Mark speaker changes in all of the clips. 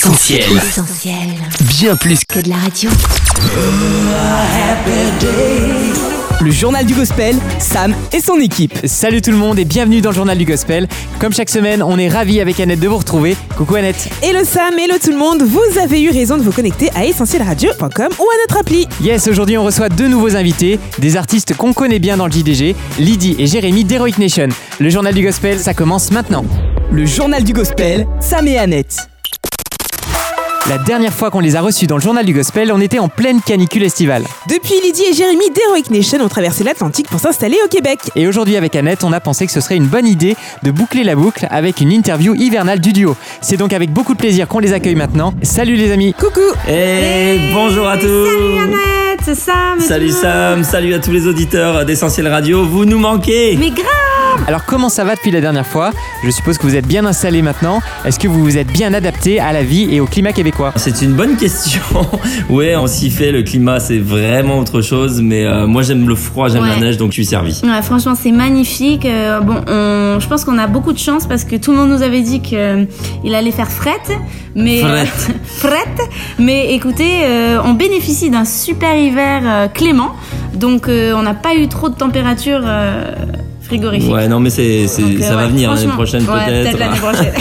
Speaker 1: Essentiel,
Speaker 2: Essentiel.
Speaker 1: bien plus.
Speaker 2: Que de la radio.
Speaker 3: Le journal du gospel, Sam et son équipe.
Speaker 4: Salut tout le monde et bienvenue dans le journal du gospel. Comme chaque semaine, on est ravi avec Annette de vous retrouver. Coucou Annette.
Speaker 5: Et le Sam, et le tout le monde, vous avez eu raison de vous connecter à essentielradio.com ou à notre appli.
Speaker 4: Yes, aujourd'hui on reçoit deux nouveaux invités, des artistes qu'on connaît bien dans le JDG, Lydie et Jérémy d'Heroic Nation. Le journal du gospel, ça commence maintenant.
Speaker 3: Le journal du gospel, Sam et Annette.
Speaker 4: La dernière fois qu'on les a reçus dans le journal du gospel, on était en pleine canicule estivale.
Speaker 5: Depuis, Lydie et Jérémy d'Heroic Nation ont traversé l'Atlantique pour s'installer au Québec.
Speaker 4: Et aujourd'hui avec Annette, on a pensé que ce serait une bonne idée de boucler la boucle avec une interview hivernale du duo. C'est donc avec beaucoup de plaisir qu'on les accueille maintenant. Salut les amis.
Speaker 5: Coucou
Speaker 6: Hey, Eh, bonjour à tous
Speaker 7: Salut Annette, c'est Sam. et
Speaker 6: Salut
Speaker 7: tout le
Speaker 6: Sam, salut à tous les auditeurs d'Essentiel Radio, vous nous manquez
Speaker 7: monde. Mais grave,
Speaker 4: Alors comment ça va depuis la dernière fois Je suppose que vous êtes bien installé maintenant. Est-ce que vous vous êtes bien adapté à la vie et au climat québécois
Speaker 6: C'est une bonne question. ouais, on s'y fait, le climat c'est vraiment autre chose, mais euh, moi j'aime le froid, j'aime la
Speaker 7: Ouais.
Speaker 6: neige, donc je suis servi.
Speaker 7: Ouais, franchement, c'est magnifique. Euh, bon, on- je pense qu'on a beaucoup de chance parce que tout le monde nous avait dit que euh, il allait faire frette, mais
Speaker 6: Frette.
Speaker 7: Frette. Mais écoutez, euh, on bénéficie d'un super hiver euh, clément, donc euh, on n'a pas eu trop de température euh, frigorifique.
Speaker 6: Ouais, non mais c'est, c'est-
Speaker 7: Donc, euh,
Speaker 6: ça va
Speaker 7: ouais,
Speaker 6: venir l'année
Speaker 7: franchement,
Speaker 6: prochaine peut-être.
Speaker 7: ouais, peut-être l'année prochaine.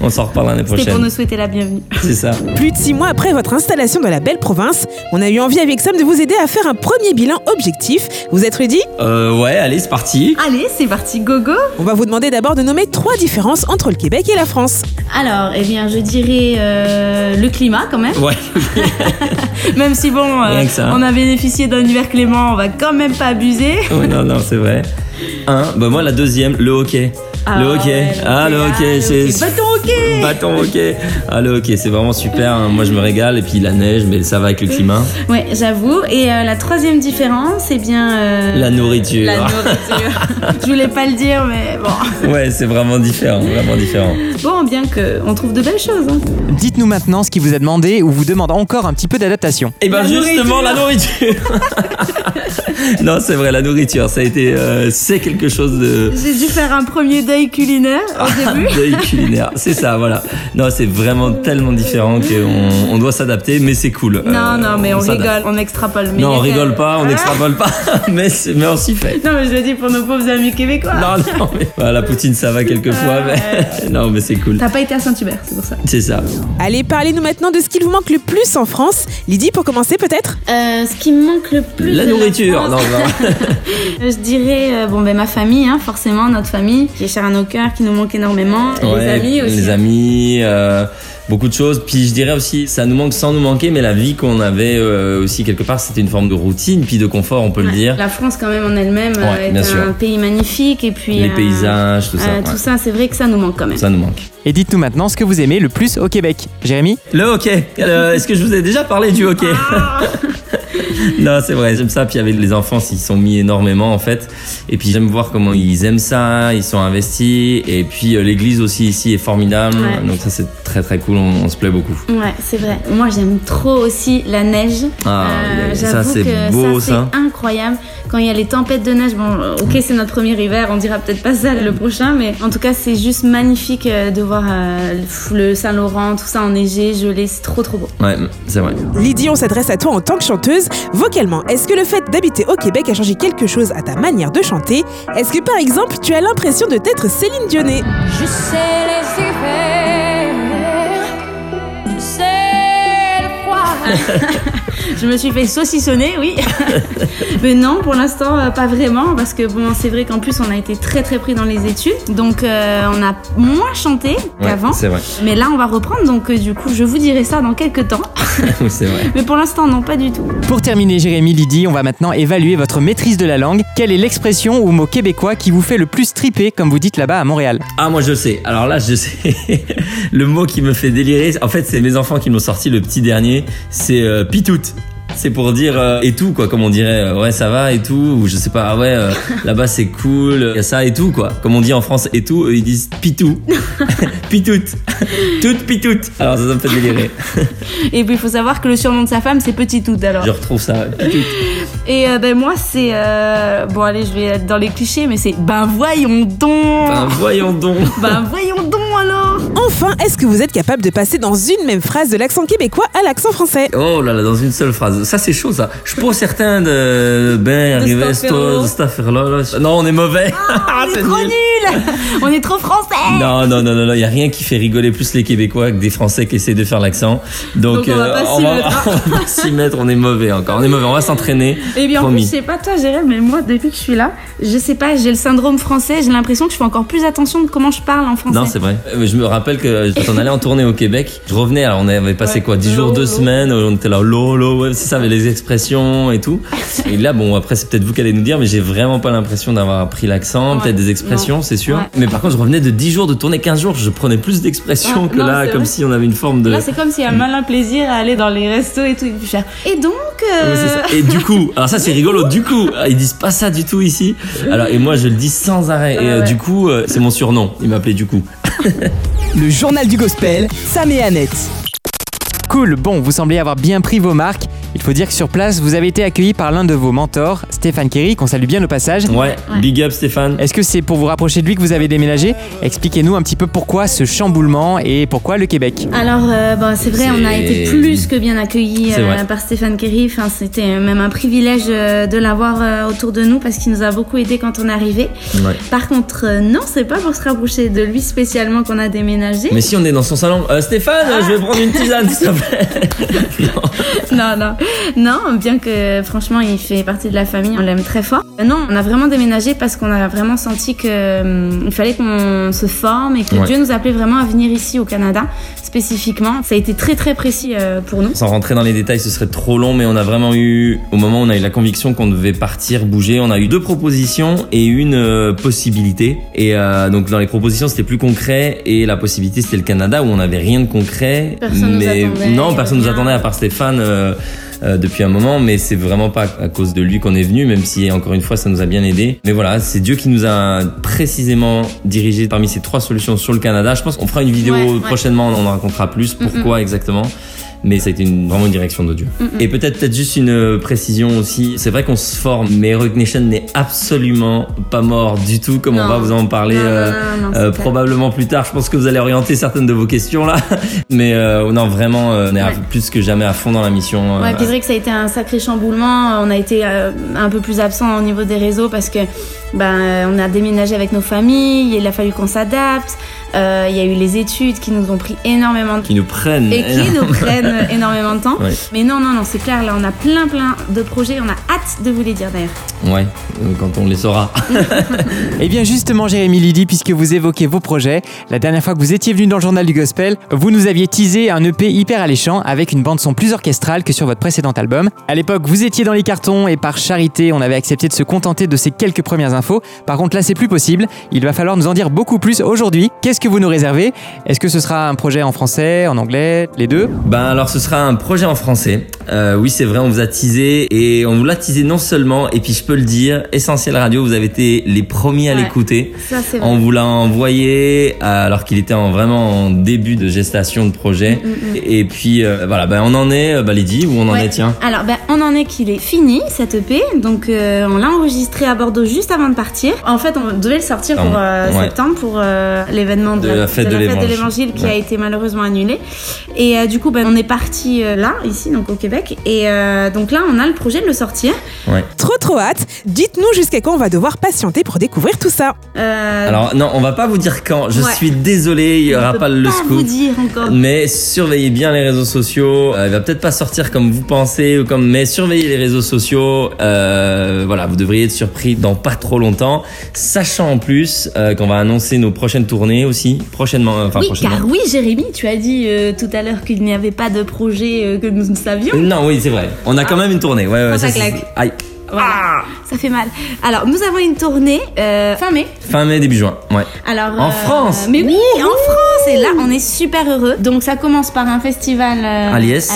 Speaker 6: on s'en reparle l'année
Speaker 7: C'était pour
Speaker 6: prochaine.
Speaker 7: nous souhaiter la bienvenue.
Speaker 6: C'est ça.
Speaker 5: Plus de six mois après votre installation dans la belle province, on a eu envie avec Sam de vous aider à faire un premier bilan objectif. Vous êtes ready
Speaker 6: Euh, ouais, allez, c'est parti.
Speaker 7: Allez, c'est parti, gogo.
Speaker 5: On va vous demander d'abord de nommer trois différences entre le Québec et la France.
Speaker 7: Alors, eh bien, je dirais euh, le climat quand même.
Speaker 6: Ouais,
Speaker 7: Même si bon, euh,
Speaker 6: Rien que ça.
Speaker 7: on a bénéficié d'un hiver clément, on va quand même pas abuser.
Speaker 6: Ouais, non, non, c'est vrai. Un, bah moi la deuxième, le hockey. le hockey.
Speaker 7: ouais,
Speaker 6: ah, le hockey, c'est.
Speaker 7: Bâton hockey
Speaker 6: Bâton hockey. Ah, le hockey, c'est vraiment super. hein. Moi, je me régale. Et puis la neige, mais ça va avec le climat.
Speaker 7: Ouais, j'avoue. Et euh, la troisième différence, c'est bien... euh,
Speaker 6: La nourriture.
Speaker 7: La nourriture. Je voulais pas le dire, mais bon.
Speaker 6: Ouais, c'est vraiment différent, vraiment différent.
Speaker 7: Bon, bien que on trouve de belles choses. hein.
Speaker 4: Dites-nous maintenant ce qui vous a demandé ou vous demande encore un petit peu d'adaptation.
Speaker 6: Et ben
Speaker 7: La
Speaker 6: justement, la nourriture. non, c'est vrai, la nourriture, ça a été, euh, c'est quelque chose de.
Speaker 7: J'ai dû faire un premier deuil culinaire au début.
Speaker 6: Deuil culinaire, c'est ça, voilà. Non, c'est vraiment tellement différent qu'on on doit s'adapter, mais c'est cool. Euh,
Speaker 7: non, non, mais on,
Speaker 6: s'adapte.
Speaker 7: rigole, on extrapole. mais
Speaker 6: Non, on
Speaker 7: il y a quand
Speaker 6: rigole
Speaker 7: même-
Speaker 6: pas, on
Speaker 7: Ah.
Speaker 6: n'extrapole pas, mais, c'est- mais on s'y fait.
Speaker 7: Non, mais je le dis pour nos pauvres amis québécois.
Speaker 6: Non, non, mais bah, la poutine ça va
Speaker 7: Ah,
Speaker 6: quelquefois, mais non, mais c'est cool.
Speaker 7: T'as pas été à Saint-Hubert, c'est pour ça.
Speaker 6: C'est ça.
Speaker 5: Allez, parlez-nous maintenant de ce qu'il vous manque le plus en France. Lydie, pour commencer peut-être
Speaker 7: Euh, ce qui me manque le plus.
Speaker 6: La
Speaker 7: de
Speaker 6: nourriture.
Speaker 7: France,
Speaker 6: Non, non.
Speaker 7: Je dirais, euh, bon, ben ma famille, hein, forcément, notre famille, qui est chère à nos cœurs, qui nous manque énormément. Et
Speaker 6: Ouais,
Speaker 7: les amis aussi. hein.
Speaker 6: Les amis, euh, beaucoup de choses. Puis je dirais aussi, ça nous manque sans nous manquer, mais la vie qu'on avait euh, aussi quelque part, c'était une forme de routine, puis de confort, on peut le
Speaker 7: Ouais,
Speaker 6: dire.
Speaker 7: La France, quand même, en elle-même, euh,
Speaker 6: Ouais,
Speaker 7: est
Speaker 6: bien
Speaker 7: un
Speaker 6: sûr.
Speaker 7: pays magnifique. Et puis.
Speaker 6: Les
Speaker 7: euh,
Speaker 6: paysages, tout ça.
Speaker 7: euh,
Speaker 6: ouais.
Speaker 7: tout ça, c'est vrai que ça nous manque quand même.
Speaker 6: Ça nous manque.
Speaker 4: Et dites-nous maintenant ce que vous aimez le plus au Québec. Jérémy
Speaker 6: Le hockey. Euh, Est-ce que je vous ai déjà parlé du hockey
Speaker 7: Ah.
Speaker 6: Non, c'est vrai, j'aime ça. Puis avec les enfants, ils sont mis énormément en fait. Et puis j'aime voir comment ils aiment ça, ils sont investis. Et puis euh, l'église aussi ici est formidable.
Speaker 7: Ouais.
Speaker 6: Donc ça, c'est très très cool, on, on se plaît beaucoup.
Speaker 7: Ouais, c'est vrai. Moi, j'aime trop aussi la neige.
Speaker 6: Ah,
Speaker 7: Euh,
Speaker 6: ça
Speaker 7: j'avoue
Speaker 6: c'est
Speaker 7: que
Speaker 6: beau ça.
Speaker 7: C'est incroyable. Quand il y a les tempêtes de neige, bon, euh, ok, c'est notre premier hiver, on dira peut-être pas ça le prochain, mais en tout cas, c'est juste magnifique euh, de voir euh, le- le Saint-Laurent, tout ça enneigé, gelé, c'est trop trop beau.
Speaker 6: Ouais, c'est vrai.
Speaker 5: Lydie, on s'adresse à toi en tant que chanteuse. Vocalement, est-ce que le fait d'habiter au Québec a changé quelque chose à ta manière de chanter Est-ce que par exemple, tu as l'impression de t'être Céline Dionnet
Speaker 8: Je sais les hivers, je sais le froid.
Speaker 7: Je me suis fait saucissonner, oui. mais non, pour l'instant, euh, pas vraiment, parce que bon, c'est vrai qu'en plus, on a été très très pris dans les études, donc euh, on a moins chanté
Speaker 6: Ouais,
Speaker 7: qu'avant.
Speaker 6: C'est vrai.
Speaker 7: Mais là, on va reprendre, donc euh, du coup, je vous dirai ça dans quelques temps.
Speaker 6: c'est vrai.
Speaker 7: Mais pour l'instant, non, pas du tout.
Speaker 4: Pour terminer, Jérémy, Lydie, on va maintenant évaluer votre maîtrise de la langue. Quelle est l'expression ou mot québécois qui vous fait le plus triper, comme vous dites là-bas à Montréal
Speaker 6: Ah moi je sais. Alors là je sais. le mot qui me fait délirer, en fait c'est mes enfants qui m'ont sorti le petit dernier, c'est euh, pitoute. C'est pour dire euh, et tout quoi, comme on dirait euh, ouais ça va et tout ou je sais pas ah ouais euh, là-bas c'est cool, y a ça et tout quoi. Comme on dit en France et tout, eux, ils disent pitou. pitoute. Toute pitoute. Alors ça ça me fait délirer.
Speaker 7: Et puis il faut savoir que le surnom de sa femme c'est Petit Tout alors.
Speaker 6: Je retrouve ça. Pitoute.
Speaker 7: Et euh, ben moi c'est euh, bon allez je vais être dans les clichés mais c'est ben voyons donc.
Speaker 6: Enfin, voyons donc.
Speaker 7: Ben voyons donc alors.
Speaker 5: Enfin, est-ce que vous êtes capable de passer dans une même phrase de l'accent québécois à l'accent français
Speaker 6: Oh là là, dans une seule phrase. Ça, c'est chaud, ça. Je suis pas certain de bien
Speaker 7: De
Speaker 6: arriver à
Speaker 7: cette affaire-là.
Speaker 6: cette affaire-là. là. Non, on est mauvais. Ah, C'est
Speaker 7: Trop
Speaker 6: nul.
Speaker 7: nul On est trop français
Speaker 6: Non, non, non, non, il n'y a rien qui fait rigoler plus les Québécois que des Français qui essaient de faire l'accent. Donc, euh,
Speaker 7: Donc, on va pas s'y mettre. hein.
Speaker 6: on va s'y mettre, on est mauvais encore. On est mauvais, on va s'entraîner.
Speaker 7: Et Eh bien en plus,
Speaker 6: promis.
Speaker 7: je sais pas toi Jérém, mais moi depuis que je suis là, je sais pas, j'ai le syndrome français, j'ai l'impression que je fais encore plus attention de comment je parle en français.
Speaker 6: Non, c'est vrai. Euh, Je me rappelle que quand on allait en tournée au Québec, je revenais, alors on avait passé
Speaker 7: Ouais.
Speaker 6: quoi, 10 jours,
Speaker 7: Lolo.
Speaker 6: 2 semaines, euh, on était là, lolo, ouais, c'est ça, avec les expressions et tout. Et là, bon, après, c'est peut-être vous qui allez nous dire, mais j'ai vraiment pas l'impression d'avoir appris l'accent,
Speaker 7: Ouais.
Speaker 6: peut-être des expressions,
Speaker 7: Non.
Speaker 6: c'est sûr.
Speaker 7: Ouais.
Speaker 6: Mais par contre, je revenais de 10 jours, de tournée 15 jours, je prenais plus d'expressions
Speaker 7: Ouais,
Speaker 6: que
Speaker 7: non,
Speaker 6: là,
Speaker 7: c'est
Speaker 6: comme
Speaker 7: vrai.
Speaker 6: si on avait une forme de.
Speaker 7: Là, c'est comme s'il y a un malin plaisir à aller dans les restos et tout, et puis faire. Et donc. euh,
Speaker 6: Ouais, c'est ça. Et du coup, alors ça c'est rigolo, du coup, ils disent pas ça du tout ici. Alors et moi je le dis sans arrêt. Et euh,
Speaker 7: Ouais.
Speaker 6: du coup, euh, c'est mon surnom. Il m'appelait du coup.
Speaker 3: Le journal du gospel, Sam et Annette.
Speaker 4: Cool, bon, vous semblez avoir bien pris vos marques. Il faut dire que sur place, vous avez été accueilli par l'un de vos mentors, Stéphane Kerry, qu'on salue bien au passage.
Speaker 6: Ouais, big up Stéphane.
Speaker 4: Est-ce que c'est pour vous rapprocher de lui que vous avez déménagé Expliquez-nous un petit peu pourquoi ce chamboulement et pourquoi le Québec.
Speaker 7: Alors, euh, bah, c'est vrai, on a
Speaker 6: C'est-
Speaker 7: été plus que bien accueillis
Speaker 6: C'est
Speaker 7: euh,
Speaker 6: vrai.
Speaker 7: par Stéphane Kerry. Enfin, c'était même un privilège euh, de l'avoir euh, autour de nous parce qu'il nous a beaucoup aidé quand on est arrivé.
Speaker 6: Ouais.
Speaker 7: Par contre, euh, non, c'est pas pour se rapprocher de lui spécialement qu'on a déménagé.
Speaker 6: Mais si on est dans son salon, Euh, Stéphane, je vais prendre une tisane s'il te plaît.
Speaker 7: non, non. Non, bien que franchement, il fait partie de la famille, on l'aime très fort. Euh, Non, on a vraiment déménagé parce qu'on a vraiment senti que hum, il fallait qu'on se forme et que
Speaker 6: Ouais.
Speaker 7: Dieu nous appelait vraiment à venir ici au Canada spécifiquement. Ça a été très très précis euh, pour nous.
Speaker 6: Sans rentrer dans les détails, ce serait trop long, mais on a vraiment eu, au moment où on a eu la conviction qu'on devait partir, bouger, on a eu deux propositions et une euh, possibilité. Et euh, donc dans les propositions, c'était plus concret et la possibilité, c'était le Canada où on n'avait rien de concret.
Speaker 7: Personne nous
Speaker 6: mais
Speaker 7: attendait,
Speaker 6: non,
Speaker 7: il
Speaker 6: personne nous
Speaker 7: revient.
Speaker 6: attendait à part Stéphane. euh, euh, depuis un moment, mais c'est vraiment pas à cause de lui qu'on est venu, même si encore une fois ça nous a bien aidé. Mais voilà, c'est Dieu qui nous a précisément dirigé parmi ces trois solutions sur le Canada. Je pense qu'on fera une vidéo
Speaker 7: Ouais, Mhm. ouais.
Speaker 6: prochainement, on en racontera plus pourquoi exactement. Mais ça a été une, vraiment une direction de Dieu.
Speaker 7: Mm,
Speaker 6: Et peut-être peut-être juste une euh, précision aussi. C'est vrai qu'on se forme, mais Rock Nation n'est absolument pas mort du tout, comme on
Speaker 7: Non.
Speaker 6: va vous en parler.
Speaker 7: Non, non,
Speaker 6: euh,
Speaker 7: non, non, non,
Speaker 6: euh,
Speaker 7: c'est clair.
Speaker 6: probablement plus tard, je pense que vous allez orienter certaines de vos questions là. Mais euh, non, vraiment, euh, on est à-
Speaker 7: Ouais.
Speaker 6: plus que jamais à fond dans la mission. euh,
Speaker 7: Ouais, puis c'est vrai que ça a été un sacré chamboulement. On a été euh, un peu plus absent au niveau des réseaux parce que ben euh, on a déménagé avec nos familles. Il a fallu qu'on s'adapte. Euh, Il y a eu les études qui nous ont pris énormément de
Speaker 6: qui nous prennent.
Speaker 7: et qui nous prennent euh, énormément de temps.
Speaker 6: Ouais.
Speaker 7: Mais non, non, non, c'est clair, là on a plein plein de projets, on a hâte de vous les dire d'ailleurs.
Speaker 6: Ouais, euh, quand on les saura.
Speaker 4: Et Eh bien justement, Jérémy Lydie, puisque vous évoquez vos projets, la dernière fois que vous étiez venu dans le journal du Gospel, vous nous aviez teasé un EP hyper alléchant avec une bande son plus orchestrale que sur votre précédent album. À l'époque, vous étiez dans les cartons et par charité, on avait accepté de se contenter de ces quelques premières infos. Par contre, là, c'est plus possible. Il va falloir nous en dire beaucoup plus aujourd'hui. Qu'est-ce que vous nous réservez Est-ce que ce sera un projet en français, en anglais, les deux
Speaker 6: Ben alors ce sera un projet en français. Euh, oui c'est vrai, on vous a teasé et on vous l'a teasé non seulement, et puis je peux le dire, Essentiel Radio, vous avez été les premiers à
Speaker 7: Ouais.
Speaker 6: l'écouter.
Speaker 7: Ça c'est
Speaker 6: On
Speaker 7: vrai.
Speaker 6: vous l'a envoyé euh, alors qu'il était en, vraiment en début de gestation de projet. Et puis euh, voilà, ben on en est, euh, ben Lydie, où on en
Speaker 7: Mm, Ouais.
Speaker 6: est, tiens.
Speaker 7: Alors, ben, on en est qu'il est fini cette EP, donc euh, on l'a enregistré à Bordeaux juste avant de partir. En fait, on devait le sortir pour euh,
Speaker 6: Ouais.
Speaker 7: septembre pour euh, l'événement de,
Speaker 6: De la fête de l'Évangile.
Speaker 7: l'Évangile qui
Speaker 6: Ouais.
Speaker 7: a été malheureusement annulé. Et euh, du coup, ben, on est parti euh, là, ici, donc au Québec. Et euh, donc là, on a le projet de le sortir.
Speaker 5: Trop trop hâte Dites-nous jusqu'à quand on va devoir patienter pour découvrir tout ça
Speaker 7: Euh,
Speaker 6: Alors non, on va pas vous dire quand. Je
Speaker 7: Ouais.
Speaker 6: suis désolé, il y
Speaker 7: on
Speaker 6: aura
Speaker 7: peut
Speaker 6: pas le
Speaker 7: pas vous
Speaker 6: scoop.
Speaker 7: dire encore.
Speaker 6: Mais surveillez bien les réseaux sociaux. Euh, il va peut-être pas sortir comme vous pensez ou comme, mais surveillez les réseaux sociaux. Euh, voilà, vous devriez être surpris dans pas trop longtemps. Sachant en plus euh, qu'on va annoncer nos prochaines tournées aussi prochainement. euh, Enfin
Speaker 7: oui,
Speaker 6: prochainement.
Speaker 7: car oui, Jérémy, tu as dit euh, tout à l'heure qu'il n'y avait pas de projet euh, que nous ne savions.
Speaker 6: Non, oui, c'est vrai. On a quand même une tournée. Ouais, ouais.
Speaker 7: Oh,
Speaker 6: ça,
Speaker 7: ça
Speaker 6: c'est-
Speaker 7: claque.
Speaker 6: Aïe.
Speaker 7: Voilà, ça fait mal. Alors, nous avons une tournée euh, fin mai.
Speaker 6: Fin mai, début juin. Ouais.
Speaker 7: Alors, euh,
Speaker 6: En France
Speaker 7: Mais oui, en France Et là, on est super heureux. Donc, ça commence par un festival euh,
Speaker 6: À Liesse.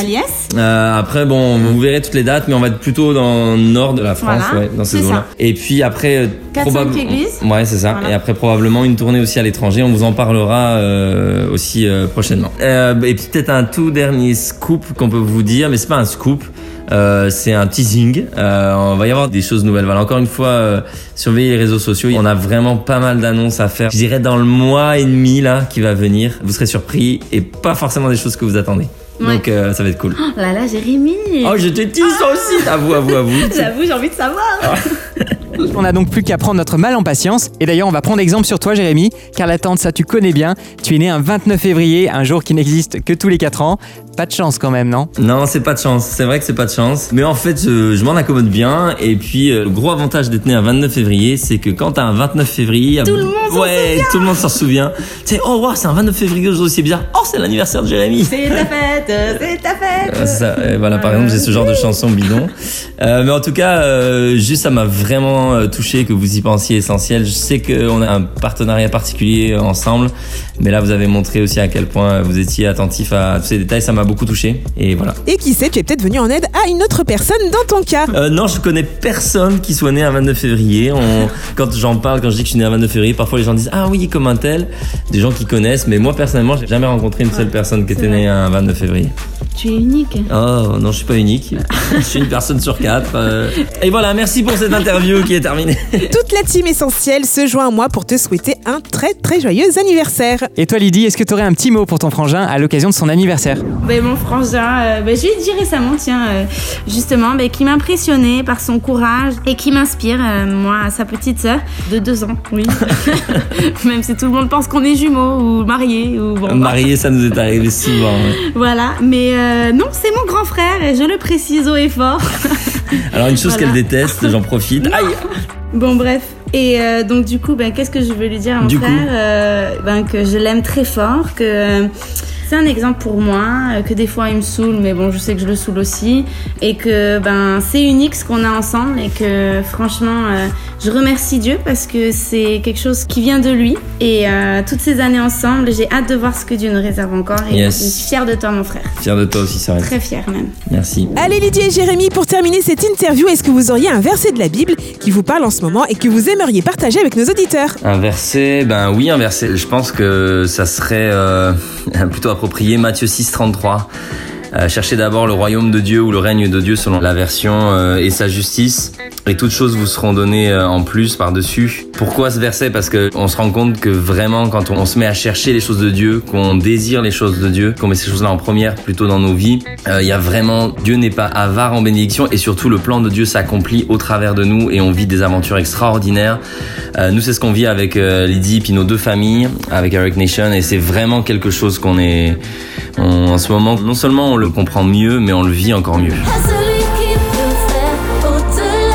Speaker 6: Euh, après, bon, vous verrez toutes les dates, mais on va être plutôt dans le nord de la France,
Speaker 7: Voilà,
Speaker 6: ouais, dans ces
Speaker 7: c'est
Speaker 6: zones-là.
Speaker 7: ça.
Speaker 6: Et puis après,
Speaker 7: Quatre,
Speaker 6: probablement.
Speaker 7: cinq églises.
Speaker 6: Ouais, c'est ça.
Speaker 7: Voilà.
Speaker 6: Et après, probablement une tournée aussi à l'étranger. On vous en parlera euh, aussi euh, prochainement. Euh, et puis peut-être un tout dernier scoop qu'on peut vous dire, mais c'est pas un scoop. Euh, c'est un teasing. Euh, on va y avoir des choses nouvelles. Voilà, encore une fois, euh, surveillez les réseaux sociaux. On a vraiment pas mal d'annonces à faire. Je dirais dans le mois et demi là qui va venir, vous serez surpris et pas forcément des choses que vous attendez.
Speaker 7: Ouais.
Speaker 6: Donc euh, ça va être cool.
Speaker 7: Oh là là, Jérémy
Speaker 6: Oh, je te tease toi aussi. Avoue, avoue, avoue.
Speaker 7: Ah J'avoue, j'ai envie de savoir
Speaker 4: On n'a donc plus qu'à prendre notre mal en patience. Et d'ailleurs, on va prendre exemple sur toi, Jérémy, car l'attente, ça tu connais bien. Tu es né un 29 février, un jour qui n'existe que tous les 4 ans. Pas de chance quand même, non
Speaker 6: Non, c'est pas de chance. C'est vrai que c'est pas de chance. Mais en fait, je, je m'en accommode bien. Et puis, euh, le gros avantage d'être né un 29 février, c'est que quand t'as un 29 février, tout
Speaker 7: le monde s'en
Speaker 6: ouais, tout le monde s'en souvient. Tu sais, oh waouh, c'est un 29 février aujourd'hui, c'est bizarre. Oh, c'est l'anniversaire de Jérémy.
Speaker 7: C'est ta fête, euh, c'est ta fête
Speaker 6: Ouais, Ah, c'est ça. Et voilà, par exemple, j'ai ce genre de chanson bidon. Euh, mais en tout cas, euh, juste ça m'a vraiment euh, touché que vous y pensiez essentiel. Je sais qu'on a un partenariat particulier euh, ensemble, mais là, vous avez montré aussi à quel point euh, vous étiez attentif à tous ces détails. Ça m'a beaucoup touché. Et voilà.
Speaker 5: Et qui sait, tu es peut-être venu en aide à une autre personne dans ton cas.
Speaker 6: Euh, non, je connais personne qui soit né un 29 février. On- quand j'en parle, quand je dis que je suis né un 29 février, parfois les gens disent Ah oui, comme un tel. Des gens qui connaissent, mais moi personnellement, j'ai jamais rencontré une seule personne qui était née un 29 février.
Speaker 7: Tu es unique
Speaker 6: Oh non, je suis pas unique. je suis une personne sur quatre. euh. Et voilà, merci pour cette interview qui est terminée.
Speaker 5: Toute la team essentielle se joint à moi pour te souhaiter un très très joyeux anniversaire.
Speaker 4: Et toi, Lydie, est-ce que tu aurais un petit mot pour ton frangin à l'occasion de son anniversaire
Speaker 7: Ben mon frangin, euh, ben, je lui ai dit récemment, tiens, euh, justement, ben, qui m'impressionnait par son courage et qui m'inspire, euh, moi, sa petite sœur de deux ans, oui. Même si tout le monde pense qu'on est jumeaux ou mariés ou bon. bah,
Speaker 6: Marié, ça nous est arrivé souvent. hein. ouais.
Speaker 7: Voilà, mais euh, non, c'est mon grand frère et je le précise haut et fort.
Speaker 6: Alors une chose qu'elle
Speaker 7: Voilà.
Speaker 6: déteste, j'en profite. Aïe
Speaker 7: Bon bref. Et euh, donc du coup, ben, qu'est-ce que je veux lui dire à mon
Speaker 6: Du coup.
Speaker 7: frère Euh, ben, Que je l'aime très fort, que euh, c'est un exemple pour moi, euh, que des fois il me saoule, mais bon, je sais que je le saoule aussi, et que ben, c'est unique ce qu'on a ensemble, et que franchement, euh, je remercie Dieu parce que c'est quelque chose qui vient de lui, et euh, toutes ces années ensemble, j'ai hâte de voir ce que Dieu nous réserve encore, et
Speaker 6: Yes.
Speaker 7: je suis fière de toi mon frère,
Speaker 6: Fier Ah, de toi aussi, ça
Speaker 7: très fière même.
Speaker 6: Merci.
Speaker 5: Allez Lydie et Jérémy, pour terminer cette interview, est-ce que vous auriez un verset de la Bible qui vous parle en ce moment et que vous aimeriez partager avec nos auditeurs
Speaker 6: Un verset, ben oui, un verset. Je pense que ça serait euh, plutôt approprié Matthieu 6, 33. Euh, cherchez d'abord le royaume de Dieu ou le règne de Dieu selon la version euh, et sa justice et toutes choses vous seront données euh, en plus par-dessus. Pourquoi ce verset Parce que on se rend compte que vraiment quand on, on se met à chercher les choses de Dieu, qu'on désire les choses de Dieu, qu'on met ces choses-là en première plutôt dans nos vies, euh, il y a vraiment Dieu n'est pas avare en bénédiction et surtout le plan de Dieu s'accomplit au travers de nous et on vit des aventures extraordinaires. Euh, nous c'est ce qu'on vit avec euh, Lydie puis nos deux familles avec Eric Nation et c'est vraiment quelque chose qu'on est on- en ce moment non seulement on le comprend mieux mais on le vit encore mieux.
Speaker 8: À celui qui peut faire au-delà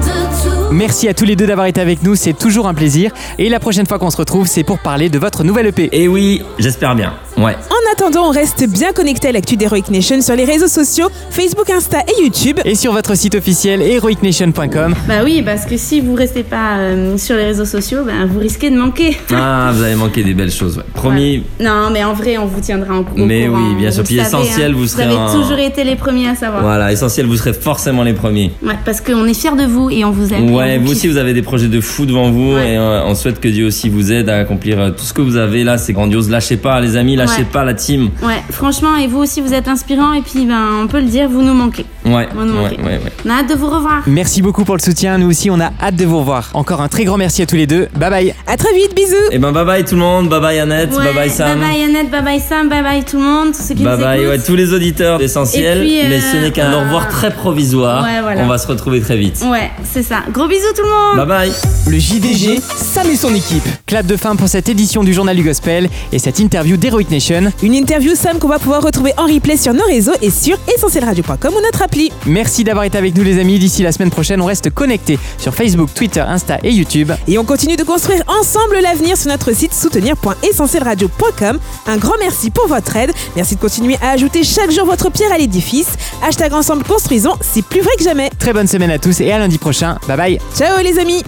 Speaker 8: de tout.
Speaker 4: Merci à tous les deux d'avoir été avec nous, c'est toujours un plaisir. Et la prochaine fois qu'on se retrouve, c'est pour parler de votre nouvelle E EP.
Speaker 6: Et Eh oui, j'espère bien. Ouais.
Speaker 5: En attendant, on reste bien connecté à l'actu d'Heroic Nation sur les réseaux sociaux, Facebook, Insta et YouTube.
Speaker 4: Et sur votre site officiel heroicnation.com.
Speaker 7: Bah oui, parce que si vous restez pas euh, sur les réseaux sociaux, ben, vous risquez de manquer.
Speaker 6: Ah, vous avez manqué des belles choses. ouais. Promis,
Speaker 7: Non, mais en vrai, on vous tiendra en au courant.
Speaker 6: Mais oui, bien sûr.
Speaker 7: Vous
Speaker 6: Puis
Speaker 7: le hein.
Speaker 6: essentiel, vous serez
Speaker 7: avez
Speaker 6: un-
Speaker 7: toujours été les premiers à savoir.
Speaker 6: voilà, essentiel, vous serez forcément les premiers.
Speaker 7: Ouais, parce qu'on est fiers de vous et on vous aime.
Speaker 6: Ouais,
Speaker 7: On
Speaker 6: vous
Speaker 7: kiffe.
Speaker 6: aussi, vous avez des projets de fou devant vous
Speaker 7: Ouais.
Speaker 6: et euh, on souhaite que Dieu aussi vous aide à accomplir euh, tout ce que vous avez là. C'est grandiose. Lâchez pas, les amis, lâchez
Speaker 7: Ouais.
Speaker 6: pas la team.
Speaker 7: Ouais, franchement, et vous aussi, vous êtes inspirants. Et puis, ben, on peut le dire, vous nous manquez.
Speaker 6: Ouais,
Speaker 7: Vous nous manquez.
Speaker 6: ouais, ouais, ouais.
Speaker 7: On a hâte de vous revoir.
Speaker 4: Merci beaucoup pour le soutien, nous aussi on a hâte de vous revoir. Encore un très grand merci à tous les deux, bye bye
Speaker 5: À très vite, bisous.
Speaker 6: Et ben, bye bye tout le monde. Bye bye Annette.
Speaker 7: Ouais,
Speaker 6: bye bye Sam.
Speaker 7: Bye bye Annette, bye bye Sam, bye bye tout le monde, tous ceux qui
Speaker 6: Bye
Speaker 7: nous
Speaker 6: bye, ouais,
Speaker 7: écoutent.
Speaker 6: tous les auditeurs essentiels.
Speaker 7: Et puis, euh,
Speaker 6: mais ce n'est qu'un
Speaker 7: euh,
Speaker 6: au revoir très provisoire.
Speaker 7: Ouais, voilà.
Speaker 6: On va se retrouver très vite.
Speaker 7: Ouais, c'est ça. Gros bisous tout le
Speaker 6: Bye
Speaker 7: monde.
Speaker 6: bye.
Speaker 4: Le JDG, Sam et son équipe. Clap de fin pour cette édition du Journal du Gospel et cette interview d'Heroic Nation.
Speaker 5: Une interview Sam qu'on va pouvoir retrouver en replay sur nos réseaux et sur essentielradio.com ou notre appli.
Speaker 4: Merci d'avoir été avec nous les amis, d'ici la semaine prochaine on reste connectés sur Facebook, Twitter, Insta et YouTube.
Speaker 5: Et on continue de construire ensemble l'avenir sur notre site soutenir.essentielradio.com. Un grand merci pour votre aide. Merci de continuer à ajouter chaque jour votre pierre à l'édifice. Hashtag ensemble construisons, c'est plus vrai que jamais.
Speaker 4: Très bonne semaine à tous et à lundi prochain, bye bye
Speaker 5: Ciao les amis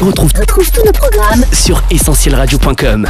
Speaker 1: Retrouve, tous nos programmes sur essentielradio.com.